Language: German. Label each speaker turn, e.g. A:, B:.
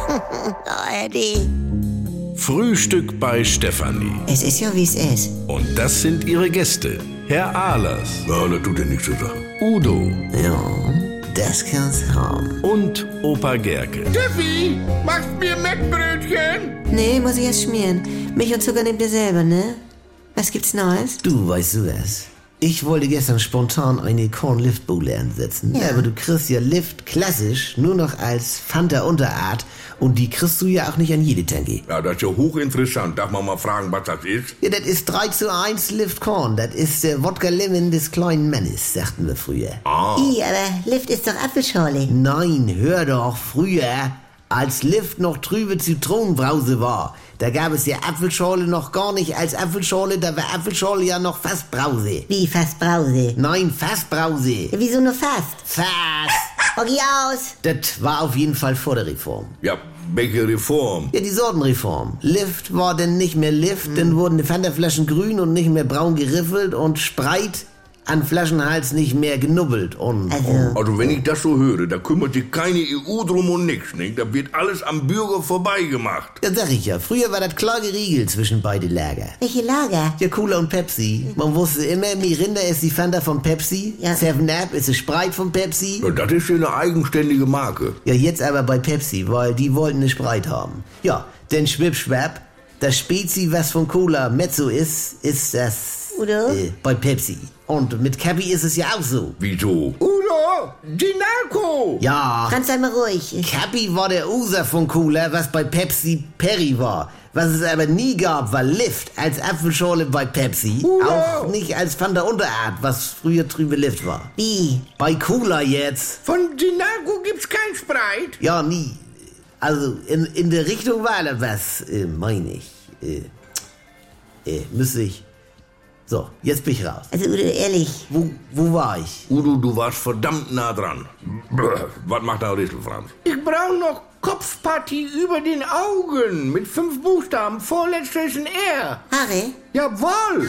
A: Oh, Eddie.
B: Frühstück bei Stefanie.
A: Es ist ja, wie es ist.
B: Und das sind ihre Gäste. Herr Ahlers,
C: Ja, das tut dir nichts zu sagen.
B: Udo
A: Ja, das kann's haben.
B: und Opa Gerke.
D: Steffi, machst mir Meckbrötchen?
A: Nee, muss ich erst schmieren. Milch und Zucker nehmt ihr selber, ne? Was gibt's Neues?
E: Du, weißt du das? Ich wollte gestern spontan eine Kornliftbowle ansetzen, aber du kriegst ja Lift klassisch nur noch als Fanta Unterart und die kriegst du ja auch nicht an jede Tanke.
C: Ja, das ist ja hochinteressant. Darf man mal fragen, was das ist?
E: Ja, das ist 3 zu 1 Lift Korn, das ist der Wodka Lemon des kleinen Mannes, sagten wir früher.
A: I, aber Lift ist doch Apfelschorle.
E: Nein, hör doch, früher, als Lift noch trübe Zitronenbrause war, da gab es ja Apfelschorle noch gar nicht als Apfelschorle, da war Apfelschorle ja noch fast Brause.
A: Wie, fast Brause.
E: Nein, fast Brause.
A: Ja, wieso nur fast?
E: Fast.
A: Hocki aus.
E: Das war auf jeden Fall vor der Reform.
C: Ja, welche Reform?
E: Ja, die Sortenreform. Lift war denn nicht mehr Lift, dann wurden die Fanta-Flaschen grün und nicht mehr braun geriffelt und Spreit an Flaschenhals nicht mehr genubbelt und...
A: Also,
C: Also, wenn ich das so höre, da kümmert sich keine EU drum und nix, nicht? Da wird alles am Bürger vorbeigemacht.
E: Ja, sag ich ja. Früher war das klar geregelt zwischen beide Lager.
A: welche Lager?
E: Ja, Cola und Pepsi. Man wusste immer, Mirinda ist die Fanta von Pepsi,
A: Ja.
E: Seven Up ist die Sprite von Pepsi.
C: Ja, das ist ja eine eigenständige Marke.
E: Ja, jetzt aber bei Pepsi, weil die wollten eine Sprite haben. Ja, denn Schwipschwapp, das Spezi, was von Cola Mezzo ist, ist das
A: Udo?
E: Äh, bei Pepsi. Und mit Cappy ist es ja auch so.
C: Wieso?
D: Udo, die Narko.
E: Ja,
A: Ganz einmal ruhig.
E: Cappy war der User von Cola, was bei Pepsi Perry war. Was es aber nie gab, war Lift als Apfelschorle bei Pepsi. Auch nicht als Fanta Unterart, was früher trübe Lift war.
A: Wie?
E: Bei Cola jetzt?
D: Von Dinago gibt's kein Spreit.
E: Ja, nie. Also in, in der Richtung war da was, äh, meine ich. Äh, äh, müsste ich. So, jetzt bin ich raus.
A: Also, Udo, ehrlich.
E: Wo, wo war ich?
C: Udo, du warst verdammt nah dran. Brr, was macht da Rissel, Franz?
D: Ich brauch noch Kopfpartie über den Augen mit fünf Buchstaben, vorletztes ein R.
A: Haare?
D: Jawohl.